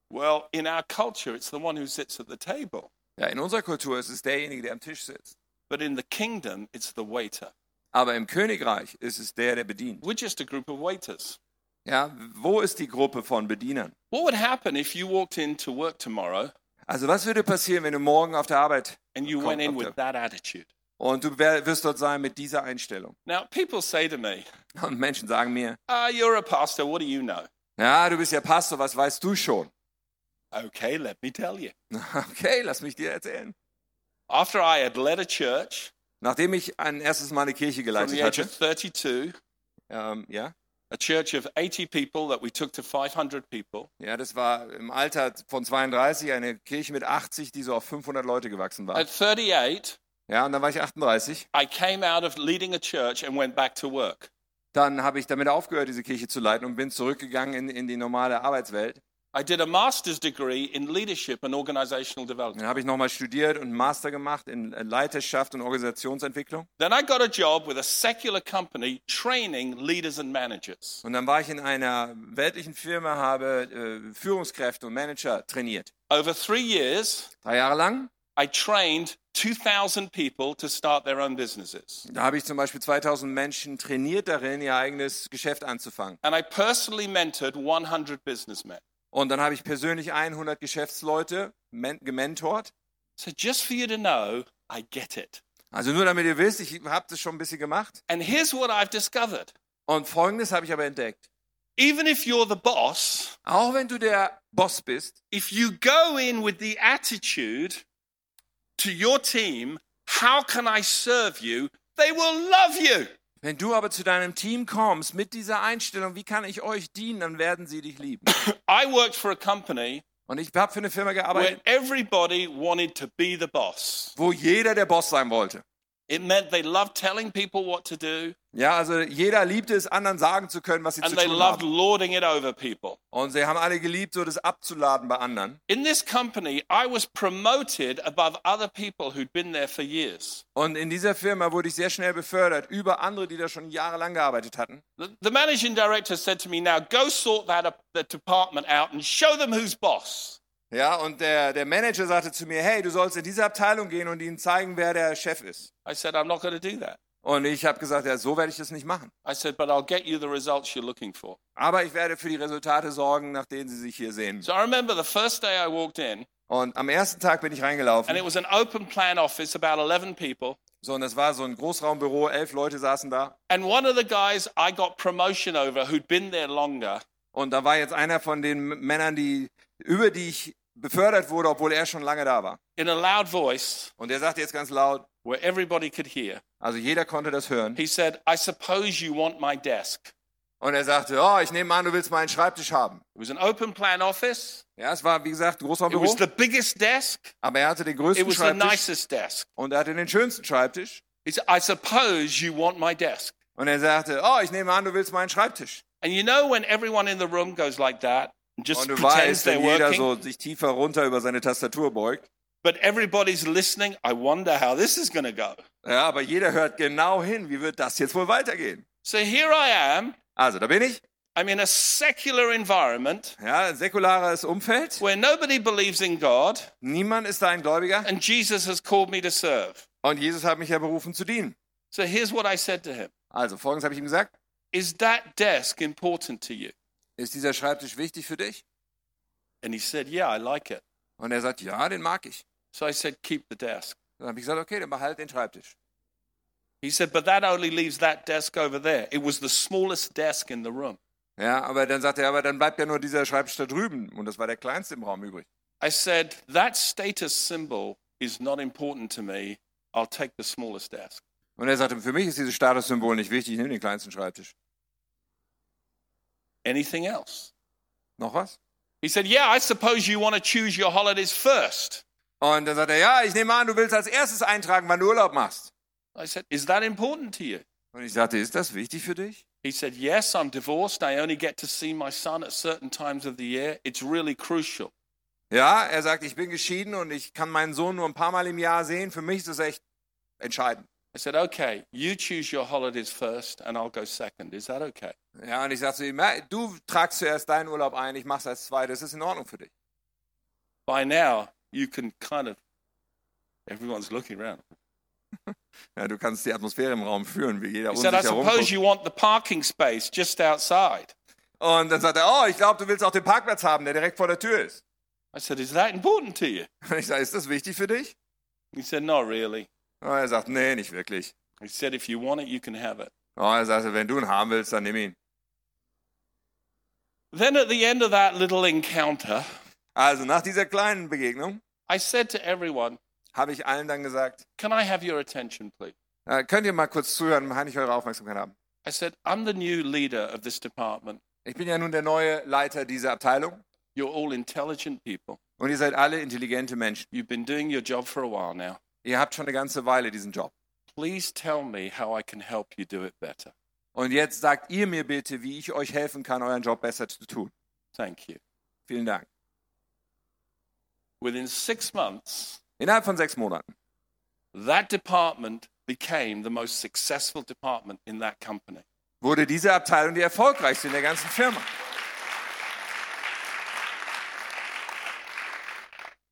Well, in our culture, it's the one who sits at the table. Ja, in unserer Kultur ist es derjenige, der am Tisch sitzt. But in the kingdom, it's the waiter. Aber im Königreich ist es der, der bedient. We're just a group of waiters. Ja, wo ist die Gruppe von Bedienern? What would happen if you walked into work tomorrow Also was würde passieren, wenn du morgen auf der Arbeit and you Come went in up with that attitude? Und du wär- wirst dort sein mit dieser Einstellung. Now, people say to me, Und Menschen sagen mir, Ah, you're a pastor. What do you know? ja, du bist ja Pastor, was weißt du schon? Okay, let me tell you. Okay, lass mich dir erzählen. After I had led a church Nachdem ich ein erstes Mal eine Kirche from geleitet the age hatte, of 32, ähm, ja, a church of 80 people that we took to 500 people, ja, das war im Alter von 32 eine Kirche mit 80, die so auf 500 Leute gewachsen war. at 38, Ja, und dann war ich 38. I came out of leading a church and went back to work. Dann habe ich damit aufgehört, diese Kirche zu leiten und bin zurückgegangen in, in die normale Arbeitswelt. I did a master's degree in leadership and organizational development. Dann habe ich nochmal studiert und einen Master gemacht in äh, Leiterschaft und Organisationsentwicklung. Then I got a job with a secular company training leaders and managers. Und dann war ich in einer weltlichen Firma, habe äh, Führungskräfte und Manager trainiert. Over three years, Drei Jahre lang. I trained 2,000 people to start their own businesses. Da habe ich zum Beispiel 2000 Menschen trainiert darin, ihr eigenes Geschäft anzufangen. And I personally mentored 100 businessmen. Und dann habe ich persönlich 100 Geschäftsleute men- gementort. So just for you to know, I get it. Also nur damit ihr wisst, ich habe das schon ein bisschen gemacht. And here's what I've discovered. Und Folgendes habe ich aber entdeckt. Even if you're the boss, Auch wenn du der Boss bist, if you go in with the attitude to your team, how can I serve you? They will love you. wenn du aber zu deinem Team kommst mit dieser Einstellung, wie kann ich euch dienen, dann werden sie dich lieben. I worked for a company Und ich habe für eine Firma where gearbeitet, everybody wanted to be the boss. wo jeder der Boss sein wollte. It meant they loved telling people what to do Ja, also jeder liebte es, anderen sagen zu können, was sie zu and they tun loved haben. lording it over people. Und sie haben alle geliebt, so das abzuladen bei anderen. In this company, I was promoted above other people who'd been there for years. Und in dieser Firma wurde ich sehr schnell befördert über andere, die da schon jahrelang gearbeitet hatten. The, the managing director said to me, Now go sort that, up- that department out and show them who's boss. Ja, und der, der Manager sagte zu mir, hey, du sollst in diese Abteilung gehen und ihnen zeigen, wer der Chef ist. I said, I'm not going to do that. Und ich habe gesagt, ja, so werde ich das nicht machen. I said, But I'll get you the results you're looking for. Aber ich werde für die Resultate sorgen, nach denen sie sich hier sehen. So I remember the first day I walked in, Und am ersten Tag bin ich and it reingelaufen. was an open plan office, about 11 people. So, und das war so ein Großraumbüro, elf Leute saßen da. And one of the guys I got promotion over who'd been there longer, Und da war jetzt einer von den M- Männern, die, über die ich befördert wurde, obwohl er schon lange da war. in a loud voice Und der sagte jetzt ganz laut, where everybody could hear, also jeder konnte das hören. he said, I suppose you want my desk. Und er sagte, oh, ich nehme an, du willst meinen Schreibtisch haben. It was an open plan office. Ja, es war, wie gesagt, ein großer It was Büro, the biggest desk. aber er hatte den It größten was the Schreibtisch nicest desk. und er hatte den schönsten Schreibtisch. He said, I suppose you want my desk. Und er sagte, oh, ich nehme an, du willst meinen Schreibtisch. And you know when everyone in the room goes like that and just Und du pretends weißt, they're wenn jeder working, so sich tiefer runter über seine Tastatur beugt. but everybody's listening, I wonder how this is going to go. Ja, aber jeder hört genau hin, wie wird das jetzt wohl weitergehen? So here I am. Also, da bin ich. I'm in a secular environment Ja, ein säkulares Umfeld. where nobody believes in God Niemand ist da ein Gläubiger. and Jesus has called me to serve. Und Jesus hat mich ja berufen zu dienen. So here's what I said to him. Also, folgendes habe ich ihm gesagt. Is that desk important to you? Ist dieser Schreibtisch wichtig für dich? And he said, Yeah, I like it. Und er sagt, ja, den mag ich. So I said, Keep the desk. Dann habe ich gesagt, okay, dann behalt den Schreibtisch. He said, But that only leaves that desk over there. It was the smallest desk in the room. Ja, aber dann sagt er, aber dann bleibt ja nur dieser Schreibtisch da drüben. Und das war der kleinste im Raum übrig. I said, That status symbol is not important to me. I'll take the smallest desk. Und er sagte, für mich ist dieses Statussymbol nicht wichtig, ich nehme den kleinsten Schreibtisch. Anything else? Noch was? He said, Yeah, I suppose you want to choose your holidays first. Und dann sagt er, ja, ich nehme an, du willst als erstes eintragen, wann du Urlaub machst. I said, Is that important to you? Und ich sagte, ist das wichtig für dich? He said, Yes, I'm divorced. I only get to see my son at certain times of the year. It's really crucial. Ja, er sagt, ich bin geschieden und ich kann meinen Sohn nur ein paar Mal im Jahr sehen. Für mich ist das echt entscheidend. I said, okay, you choose your holidays first and I'll go second. Is that okay? Ja, und ich sag zu ihm, ja, du tragst zuerst deinen Urlaub ein, ich mach's als zweites, das ist in Ordnung für dich. By now, you can kind of, everyone's looking around. Ja, du kannst die Atmosphäre im Raum führen, wie jeder He um said, I sich herum. suppose guckt. you want the parking space just outside. Und dann sagt er, oh, ich glaube, du willst auch den Parkplatz haben, der direkt vor der Tür ist. I said, is that important to you? Und ich sage, ist das wichtig für dich? He said, not really. Und er sagt, nee, nicht wirklich. He said, if you want it, you can have it. Und er sagt, wenn du ihn haben willst, dann nimm ihn. Then at the end of that little encounter, Also nach dieser kleinen Begegnung I said to everyone, habe ich allen dann gesagt, can I have your attention, please? äh, könnt ihr mal kurz zuhören, kann ich eure Aufmerksamkeit haben. I said, I'm the new leader of this department. Ich bin ja nun der neue Leiter dieser Abteilung You're all intelligent people. und ihr seid alle intelligente Menschen. You've been doing your job for a while now. Ihr habt schon eine ganze Weile diesen Job. Please tell me how I can help you do it better. Und jetzt sagt ihr mir bitte, wie ich euch helfen kann, euren Job besser zu tun. Thank you. Vielen Dank. Within six months, Innerhalb von sechs Monaten that department became the most successful department in that company. wurde diese Abteilung die erfolgreichste in der ganzen Firma.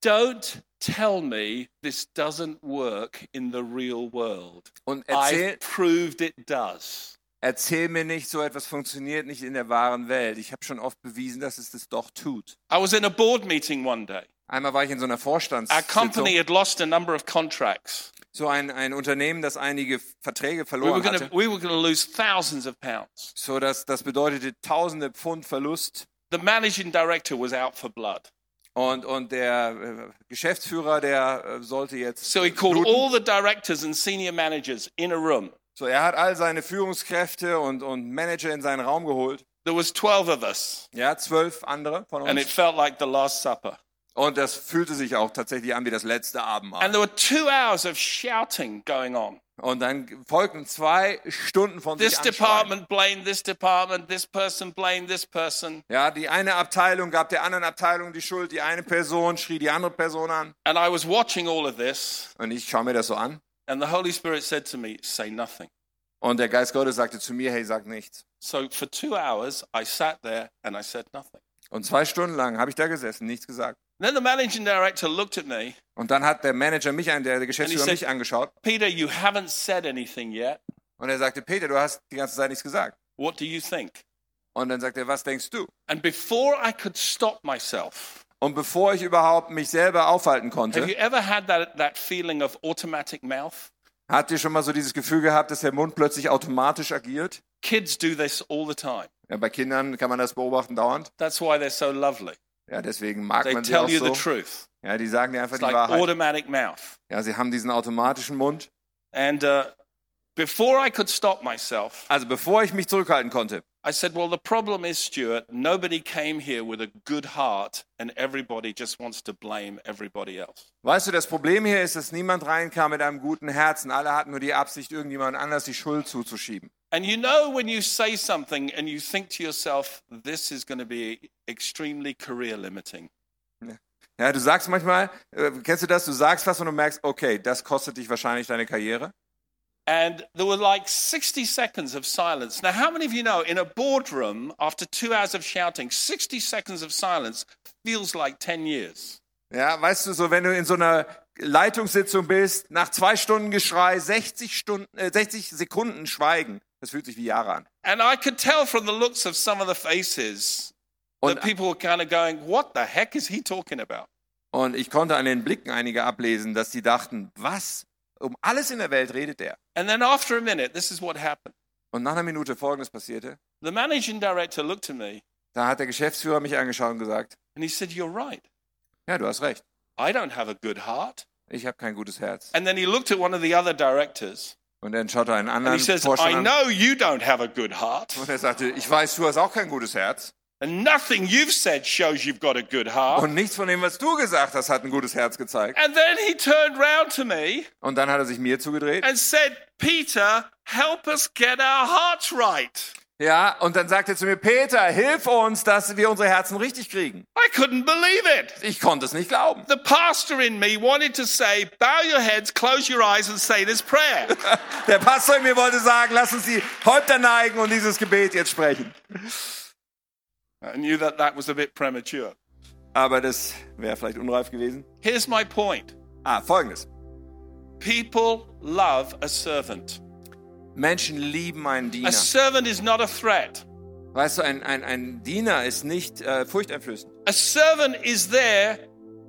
Don't tell me this doesn't work in the real world. Und I erzähl, proved it does. erzähl mir nicht, so etwas funktioniert nicht in der wahren Welt. Ich habe schon oft bewiesen, dass es das doch tut. I was in a board meeting one day. Einmal war ich in so einer Our company Vorstandssitzung, had lost a number of contracts. so ein, ein Unternehmen, das einige Verträge We were verloren going to hatte. we were going to lose thousands of pounds. So dass das bedeutete tausende Pfund Verlust. The managing director was out for blood. Und, und der äh, Geschäftsführer, der äh, sollte jetzt. So he called bluten. all the directors and senior managers in a room. So, er hat all seine Führungskräfte und, und Manager in seinen Raum geholt. There was 12 of us Ja, zwölf andere von and it uns. felt like the last supper. Und das fühlte sich auch tatsächlich an wie das letzte Abendmahl. And there were 2 hours of shouting going on. Und dann folgten zwei Stunden von This sich anschreien. department blamed this department, this person blamed this person. Ja, die eine Abteilung gab der anderen Abteilung die Schuld. Die eine Person schrie die andere Person an. And I was watching all of this Und ich schaue mir das so an. and the Holy Spirit said to me, say nothing. Und der Geist Gottes sagte zu mir, hey, sag nichts. So for 2 hours I sat there and I said nothing. Und zwei Stunden lang habe ich da gesessen, nichts gesagt. Then the managing director looked at me. Und dann hat der Manager mich an, der der Geschäftsführer said- mich angeschaut. Peter, you haven't said anything yet. Und er sagte, Peter, du hast die ganze Zeit nichts gesagt. What do you think? Und dann sagt er, was denkst du? And before I could stop myself, Und bevor ich überhaupt mich selber aufhalten have you konnte, ever had that, that feeling of automatic mouth? habt ihr schon mal so dieses Gefühl gehabt, dass der Mund plötzlich automatisch agiert? Kids do this all the time. Ja, bei Kindern kann man das beobachten dauernd. That's why they're so lovely. Ja, deswegen mag They man sie tell auch you the so. truth. Ja, die sagen dir einfach It's die like Wahrheit. automatic mouth. Ja, sie haben diesen automatischen Mund. And uh, before I could stop myself, Also bevor ich mich zurückhalten konnte, I said, Well, the problem is, Stuart, nobody came here with a good heart, and everybody just wants to blame everybody else. weißt du, das Problem hier ist, dass niemand reinkam mit einem guten Herzen. Alle hatten nur die Absicht, irgendjemand anders die Schuld zuzuschieben. And you know, when you say something and you think to yourself, This is going to be extremely career limiting. Ja, du sagst manchmal, äh, kennst du das? Du sagst was und du merkst, okay, das kostet dich wahrscheinlich deine Karriere. And there were like 60 seconds of silence. Now, how many of you know in a boardroom, after two hours of shouting, 60 seconds of silence feels like 10 years? Ja, weißt du, so wenn du in so einer Leitungssitzung bist, nach zwei Stunden Geschrei, 60 Stunden, äh, 60 Sekunden Schweigen, das fühlt sich wie Jahre an. And I could tell from the looks of some of the faces Und, that people were kind of going, What the heck is he talking about? und ich konnte an den Blicken einiger ablesen, dass die dachten, was? Um alles in der Welt redet der. And then after a minute, this is what happened. Und nach einer Minute Folgendes passierte. The managing director looked at me Da hat der Geschäftsführer mich angeschaut und gesagt, and he said, You're right. ja, du hast recht. I don't have a good heart. Ich habe kein gutes Herz. And then he looked at one of the other directors Und dann schaut er einen and anderen he says, I Vorstand an know you don't have a good heart. und er sagte, ich weiß, du hast auch kein gutes Herz. And nothing you've said shows you've got a good heart. Und nichts von dem, was du gesagt hast, hat ein gutes Herz gezeigt. And then he turned round to me Und dann hat er sich mir zugedreht. and said, Peter, help us get our hearts right. Ja, und dann sagt er zu mir, Peter, hilf uns, dass wir unsere Herzen richtig kriegen. I couldn't believe it. Ich konnte es nicht glauben. The pastor in me wanted to say, bow your heads, close your eyes, and say this prayer. Der Pastor in mir wollte sagen, lass uns die Häupter neigen und dieses Gebet jetzt sprechen. I knew that that was a bit premature. Aber das wäre vielleicht unreif gewesen. Here's my point Ah, folgendes. people love a servant. Menschen lieben einen Diener. A servant is not a threat. Weißt du, ein, ein, ein Diener ist nicht äh, furchteinflößend. A servant is there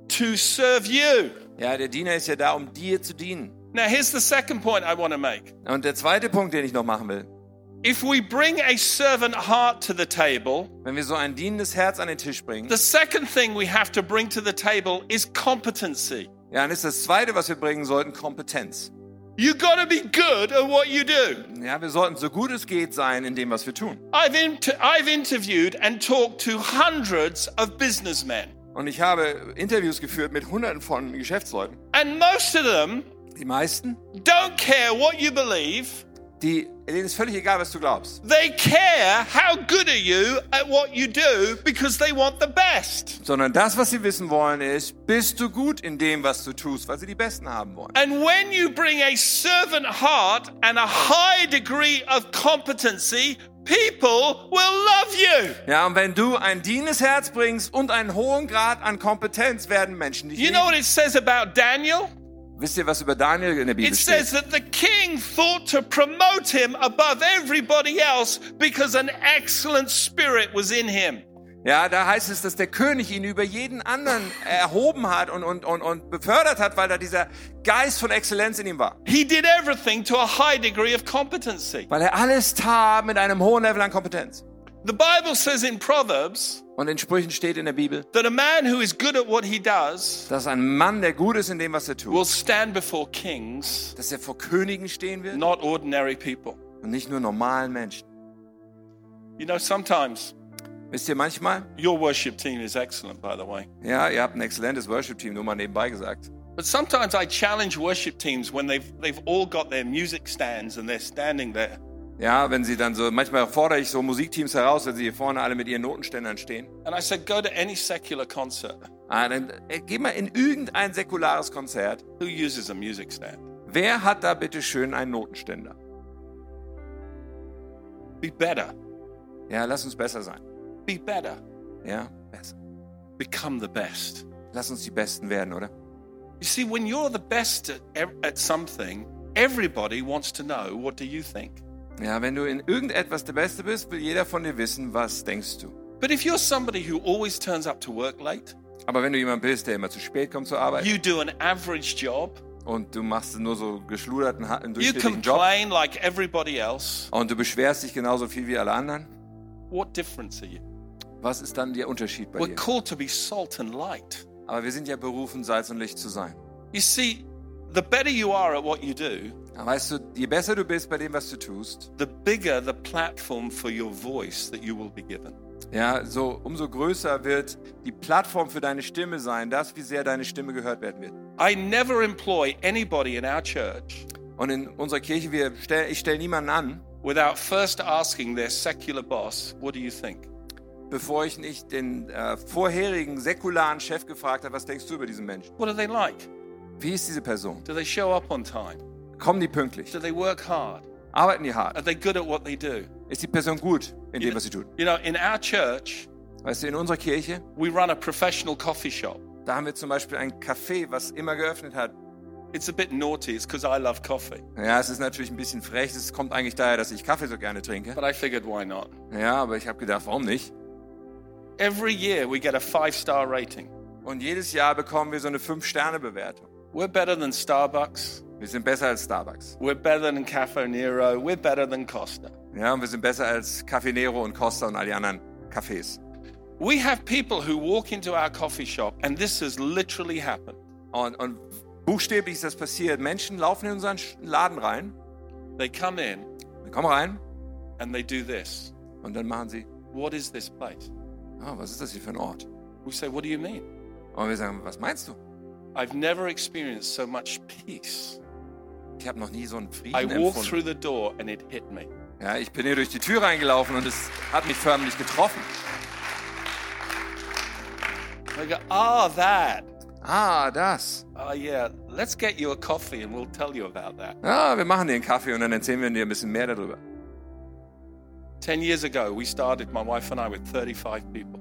to serve you. Ja, der Diener ist ja da, um dir zu dienen. Now, here's the second point I want to make. Und der zweite Punkt, den ich noch machen will. If we bring a servant heart to the table, Wenn wir so ein dienendes Herz an den Tisch bringen, The second thing we have to bring to the table is competency. ja, dann ist das zweite, was wir bringen sollten, Kompetenz. You got to be good at what you do. Ja, wir sollten so gut es geht sein in dem, was wir tun. I've, inter- I've interviewed and talked to hundreds of businessmen, Und ich habe Interviews geführt mit hunderten von Geschäftsleuten. and most of them Die meisten, don't care what you believe. die, denen ist völlig egal, was du glaubst, They care how good are you at what you do because they want the best. sondern das, was sie wissen wollen, ist, bist du gut in dem, was du tust, weil sie die Besten haben wollen. And when you bring a servant heart and a high degree of competency, people will love you. Ja, und wenn du ein dienes Herz bringst und einen hohen Grad an Kompetenz, werden Menschen dich You lieben. know what it says about Daniel? Wisst ihr, was über Daniel in der Bibel It steht? says that the king thought to promote him above everybody else because an excellent spirit was in him. Ja, da heißt es, dass der König ihn über jeden anderen erhoben hat und, und, und, und befördert hat, weil da dieser Geist von Exzellenz in ihm war. He did everything to a high degree of competency. Weil er alles tat mit einem hohen Level an Kompetenz. The Bible says in Proverbs Und in Sprüchen steht in der Bibel, that a man who is good at what he does dass ein Mann, der gut ist in dem, was er tut, will stand before kings, dass er vor Königen stehen wird not ordinary people. und nicht nur normalen Menschen. You know, sometimes Wisst ihr, manchmal, your worship team is excellent, by the way. ja, ihr habt ein exzellentes Worship-Team, nur mal nebenbei gesagt. But sometimes I challenge worship teams when they've, they've all got their music stands and they're standing there. Ja, wenn sie dann so, manchmal fordere ich so Musikteams heraus, wenn sie hier vorne alle mit ihren Notenständern stehen. And I said, go to any secular concert. Ah, dann äh, geh mal in irgendein säkulares Konzert. Who uses a music stand? Wer hat da bitte schön einen Notenständer? Be better. Ja, lass uns besser sein. Be better. Ja, besser. Become the best. Lass uns die Besten werden, oder? You see, when you're the best at, ev- at something, everybody wants to know what do you think. Ja, wenn du in irgendetwas der Beste bist, will jeder von dir wissen, was denkst du. But if you're somebody who always turns up to work late, Aber wenn du jemand bist, der immer zu spät kommt zur Arbeit you do an average job, und du machst nur so geschluderten, ha- einen you durchschnittlichen Job complain like everybody else, und du beschwerst dich genauso viel wie alle anderen, what difference are you? was ist dann der Unterschied bei We're dir? called to be salt and light. Aber wir sind ja berufen, Salz und Licht zu sein. You see, the better you are at what you do, Ja, Weißt du, je besser du bist bei dem, was du tust, the bigger the platform for your voice that you will be given. ja, so umso größer wird die Plattform für deine Stimme sein, das, wie sehr deine Stimme gehört werden wird. I never employ anybody in our church Und in unserer Kirche, wir stell, ich stelle niemanden an, without first asking their secular boss, What do you think? bevor ich nicht den äh, vorherigen säkularen Chef gefragt habe, was denkst du über diesen Menschen? What are they like? Wie ist diese Person? Do they show up on time? Kommen die pünktlich? Do they work hard? Arbeiten die Are hart? they good at what they do? Ist die Person gut in dem, was sie tut? You know, in our church, Weißt du, in unserer Kirche, we run a professional coffee shop. da haben wir zum Beispiel ein Café, was immer geöffnet hat. It's a bit naughty, it's because I love coffee. Ja, es ist natürlich ein bisschen frech. Es kommt eigentlich daher, dass ich Kaffee so gerne trinke. But I figured, why not? Ja, aber ich habe gedacht, warum nicht? Every year we get a five star rating. Und jedes Jahr bekommen wir so eine 5-Sterne-Bewertung. We're better than Starbucks. Wir sind besser als Starbucks. We're better than Cafe Nero. We're better than Costa. Ja, und wir sind besser als Café Nero und Costa und all die anderen Cafés. We have people who walk into our coffee shop, and this has literally happened. Und, und buchstäblich ist das passiert. Menschen laufen in unseren Sch- Laden rein, They come in wir kommen rein and they do this. und dann machen sie, What is this place? oh, was ist das hier für ein Ort? We say, What do you mean? Und wir sagen, was meinst du? I've never experienced so much peace. Ich habe noch nie so einen Frieden I walked empfunden. through the door and it hit me. Ja, ich bin hier durch die Tür reingelaufen und es hat mich förmlich getroffen. I go, Ah, that. Ah, das. Oh, yeah. Let's get you a coffee and we'll tell you about that. Ja, wir machen dir einen Kaffee und dann erzählen wir dir ein bisschen mehr darüber. 10 years ago, we started, my wife and I, with 35 people.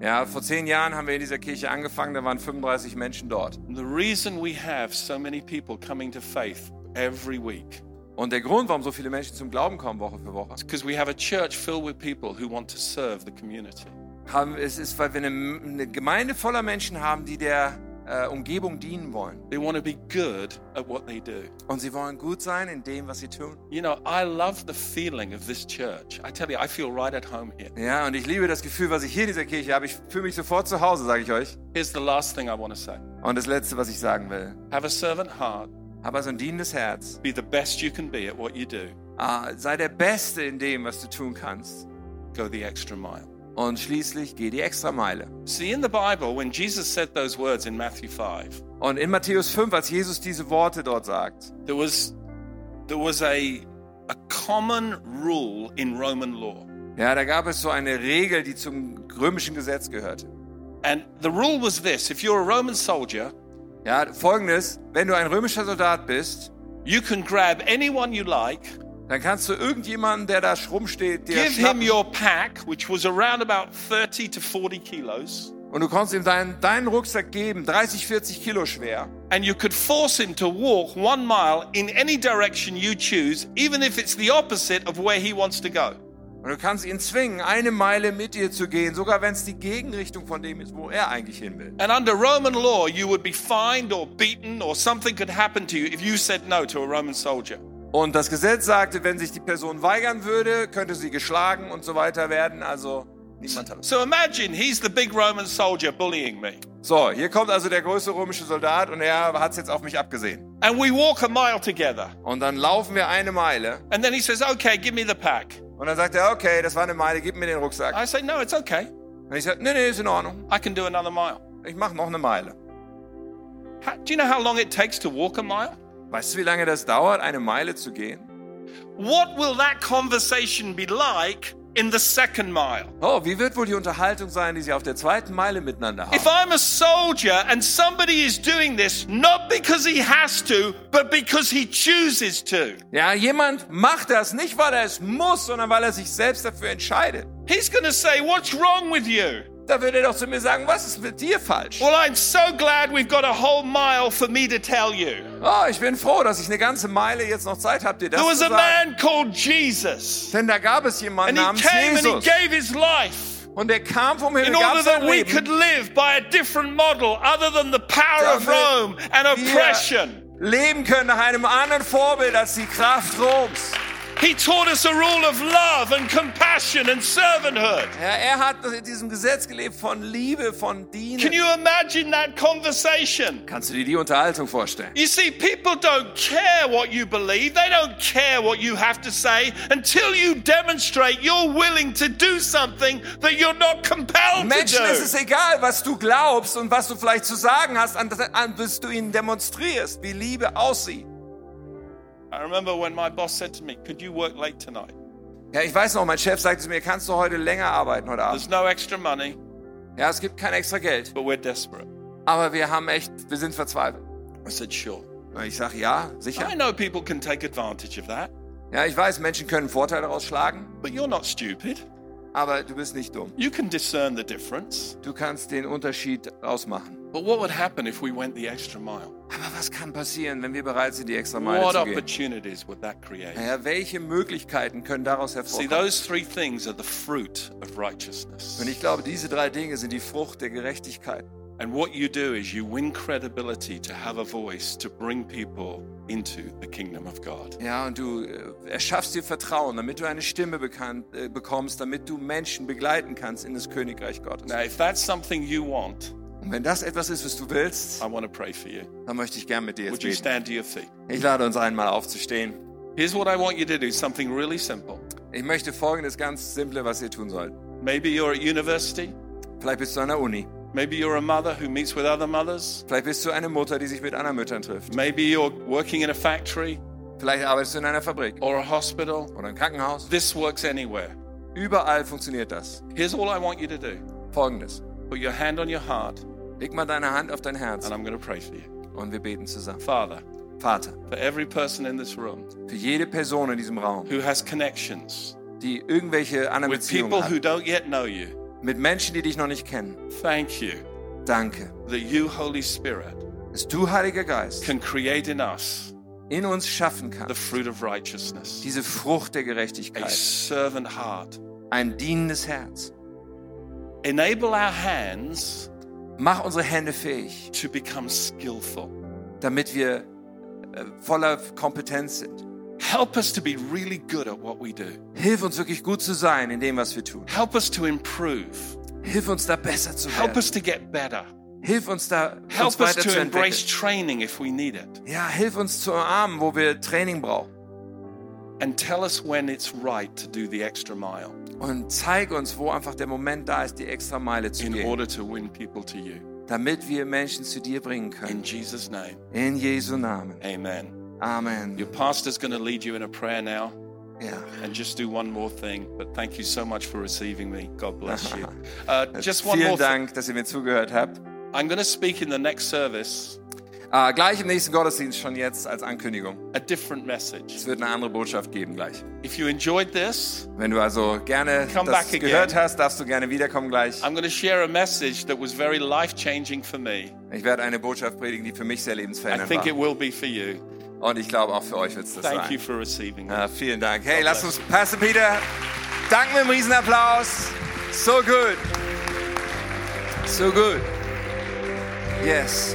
Ja, vor zehn Jahren haben wir in dieser Kirche angefangen, da waren 35 Menschen dort. And the reason we have so many people coming to faith every week Und der Grund, warum so viele Menschen zum Glauben kommen, Woche für Woche, is because we have a church filled with people who want to serve the community. haben, es ist, weil wir eine, eine Gemeinde voller Menschen haben, die der äh, Umgebung dienen wollen. They want to be good at what they do. Und sie wollen gut sein in dem, was sie tun. You know, I love the feeling of this church. I tell you, I feel right at home here. Ja, und ich liebe das Gefühl, was ich hier in dieser Kirche habe. Ich fühle mich sofort zu Hause, sage ich euch. Here's the last thing I want to say Und das Letzte, was ich sagen will. have a servant heart, Hab also ein dienendes Herz. be the best you can be at what you do, Ah, sei der Beste in dem, was du tun kannst. go the extra mile. und schließlich geh die Extrameile. See, in the Bible, when Jesus said those words in Matthew 5, Und in Matthäus 5, als Jesus diese Worte dort sagt, there was, there was a, a common rule in Roman law. ja, da gab es so eine Regel, die zum römischen Gesetz gehörte. And the rule was this if you're a Roman soldier, Ja, folgendes, wenn du ein römischer Soldat bist, you can grab anyone you like, dann kannst du irgendjemanden, der da rumsteht, dir give him schnappen your pack, which was around about 30 to 40 kilos, und du konntest ihm deinen, deinen Rucksack geben, 30, 40 Kilo schwer. and you could force him to walk one mile in any direction you choose, even if it's the opposite of where he wants to go. Und du kannst ihn zwingen, eine Meile mit dir zu gehen, sogar wenn es die Gegenrichtung von dem ist, wo er eigentlich hin will. And under Roman law, you would be fined or beaten or something could happen to you if you said no to a Roman soldier. Und das Gesetz sagte, wenn sich die Person weigern würde, könnte sie geschlagen und so weiter werden. Also niemand hat es. So imagine he's the big Roman soldier bullying me. So, hier kommt also der größte römische Soldat und er hat es jetzt auf mich abgesehen. And we walk a mile together. Und dann laufen wir eine Meile And then he says, okay, give me the pack. und dann sagt er, okay, das war eine Meile, gib mir den Rucksack. I say, no, it's okay. Und ich sage, nee, nee, ist in Ordnung. I can do another mile. Ich mache noch eine Meile. How, do you know how long it takes to walk a mile? Weißt du, wie lange das dauert, eine Meile zu gehen? What will that conversation be like in the second mile? Oh, wie wird wohl die Unterhaltung sein, die sie auf der zweiten Meile miteinander haben? If I'm a soldier and somebody is doing this, not because he has to, but because he chooses to, Ja, jemand macht das nicht, weil er es muss, sondern weil er sich selbst dafür entscheidet. he's going to say, What's wrong with you? Da würde er doch zu mir sagen, was ist mit dir falsch? Well, I'm so glad we've got a whole mile for me to tell you. Oh, ich bin froh, dass ich eine ganze Meile jetzt noch Zeit habe, dir das There zu was a sagen. man called Jesus, Denn da gab es jemanden and namens he came and he Jesus. gave his life Und der kam vom Himmel, in gab order sein that we could Leben, live by a different model other than the power of Rome and oppression. leben können nach einem anderen Vorbild als die Kraft Roms. He taught us a rule of love and compassion and servanthood. Ja, er hat in diesem Gesetz gelebt von Liebe, von Can Dienen. you imagine that conversation? Kannst du dir die Unterhaltung vorstellen? You see, people don't care what you believe. They don't care what you have to say until you demonstrate you're willing to do something that you're not compelled to Menschen ist es do. egal, was du glaubst und was du vielleicht zu sagen hast, an- an- bis du ihnen demonstrierst, wie Liebe aussieht. I remember when my boss said to me, Could you work late tonight? Ja, ich weiß noch, mein Chef sagte zu mir, kannst du heute länger arbeiten heute Abend? There's no extra money, Ja, es gibt kein extra Geld. but we're desperate. Aber wir haben echt, wir sind verzweifelt. I said, Sure. Und ich sage, ja, sicher. I know people can take advantage of that, Ja, ich weiß, Menschen können Vorteile daraus schlagen, but you're not stupid. aber du bist nicht dumm. You can discern the difference. Du kannst den Unterschied ausmachen. But what would happen if we went the extra mile? Aber was kann passieren, wenn wir bereit sind, die extra Meile What zu gehen? opportunities would that create? Ja, welche Möglichkeiten können daraus See, hervorkommen? those three things are the fruit of righteousness. Und ich glaube, diese drei Dinge sind die Frucht der Gerechtigkeit. And what you do is you win credibility to have a voice to bring people into the kingdom of God. Ja, und du äh, erschaffst dir Vertrauen, damit du eine Stimme bekannt, äh, bekommst, damit du Menschen begleiten kannst in das Königreich Gottes. Now, if that's something you want, Und wenn das etwas ist, was du willst, I want to pray for you. dann möchte ich gern mit dir jetzt Would you beten. stand to your feet? Ich lade uns einmal aufzustehen. Here's what I want you to do something really simple. Ich möchte folgendes ganz simple, was ihr tun sollt. Maybe you're at university. Vielleicht bist du an der Uni. Maybe you're a mother who meets with other mothers. Vielleicht bist du eine Mutter, die sich mit anderen Müttern trifft. Maybe you're working in a factory Vielleicht arbeitest du in einer Fabrik or a hospital. oder im Krankenhaus. This works anywhere. Überall funktioniert das. Here's all I want you to do Folgendes. put your hand on your heart, Leg mal deine Hand auf dein Herz and I'm going to pray for you. und wir beten zusammen. Father, Vater, for every person in this room für jede Person in diesem Raum, who has connections die irgendwelche anderen with Beziehungen people who hat, don't yet know you, mit Menschen, die dich noch nicht kennen, thank you danke, that you, Holy Spirit, dass du, Heiliger Geist, can create in us in uns schaffen the kannst, fruit of righteousness, diese Frucht der a Gerechtigkeit, servant heart. ein dienendes Herz. Enable our hands Mach unsere Hände fähig, to become skillful. damit wir äh, voller Kompetenz sind. Help us to be really good at what we do. Hilf uns wirklich gut zu sein in dem, was wir tun. Help us to improve. Hilf uns da besser zu Help werden. us to get better. Hilf uns da uns Help us to embrace weiterzuentwickeln. training if we need it. Ja, hilf uns zu umarmen, wo wir Training brauchen. And tell us when it's right to do the extra mile. Und zeig uns, wo einfach der Moment da ist, die extra Meile zu in gehen, order to win people to you. damit wir Menschen zu dir bringen können. In Jesus' name, In Jesu Namen. amen. Amen. Your pastor's going to lead you in a prayer now Ja. and just do one more thing. But thank you so much for receiving me. God bless you. Uh, just one Vielen more thing. Dank, dass ihr mir zugehört habt. I'm going to speak in the next service Ah, gleich im nächsten Gottesdienst schon jetzt als Ankündigung. a different message. Es wird eine andere Botschaft geben gleich. If you enjoyed this, Wenn du also gerne Come das back again. gehört hast, darfst du gerne wiederkommen gleich. I'm going to share a message that was very life changing for me. Ich werde eine Botschaft predigen, die für mich sehr I lebensverändernd think it war. will be for you. Und ich glaube, auch für euch wird es das Thank you sein. for receiving me. Ah, vielen Dank. Hey, lasst uns Pastor Peter danken mit einem Riesenapplaus. So gut. So gut. Yes.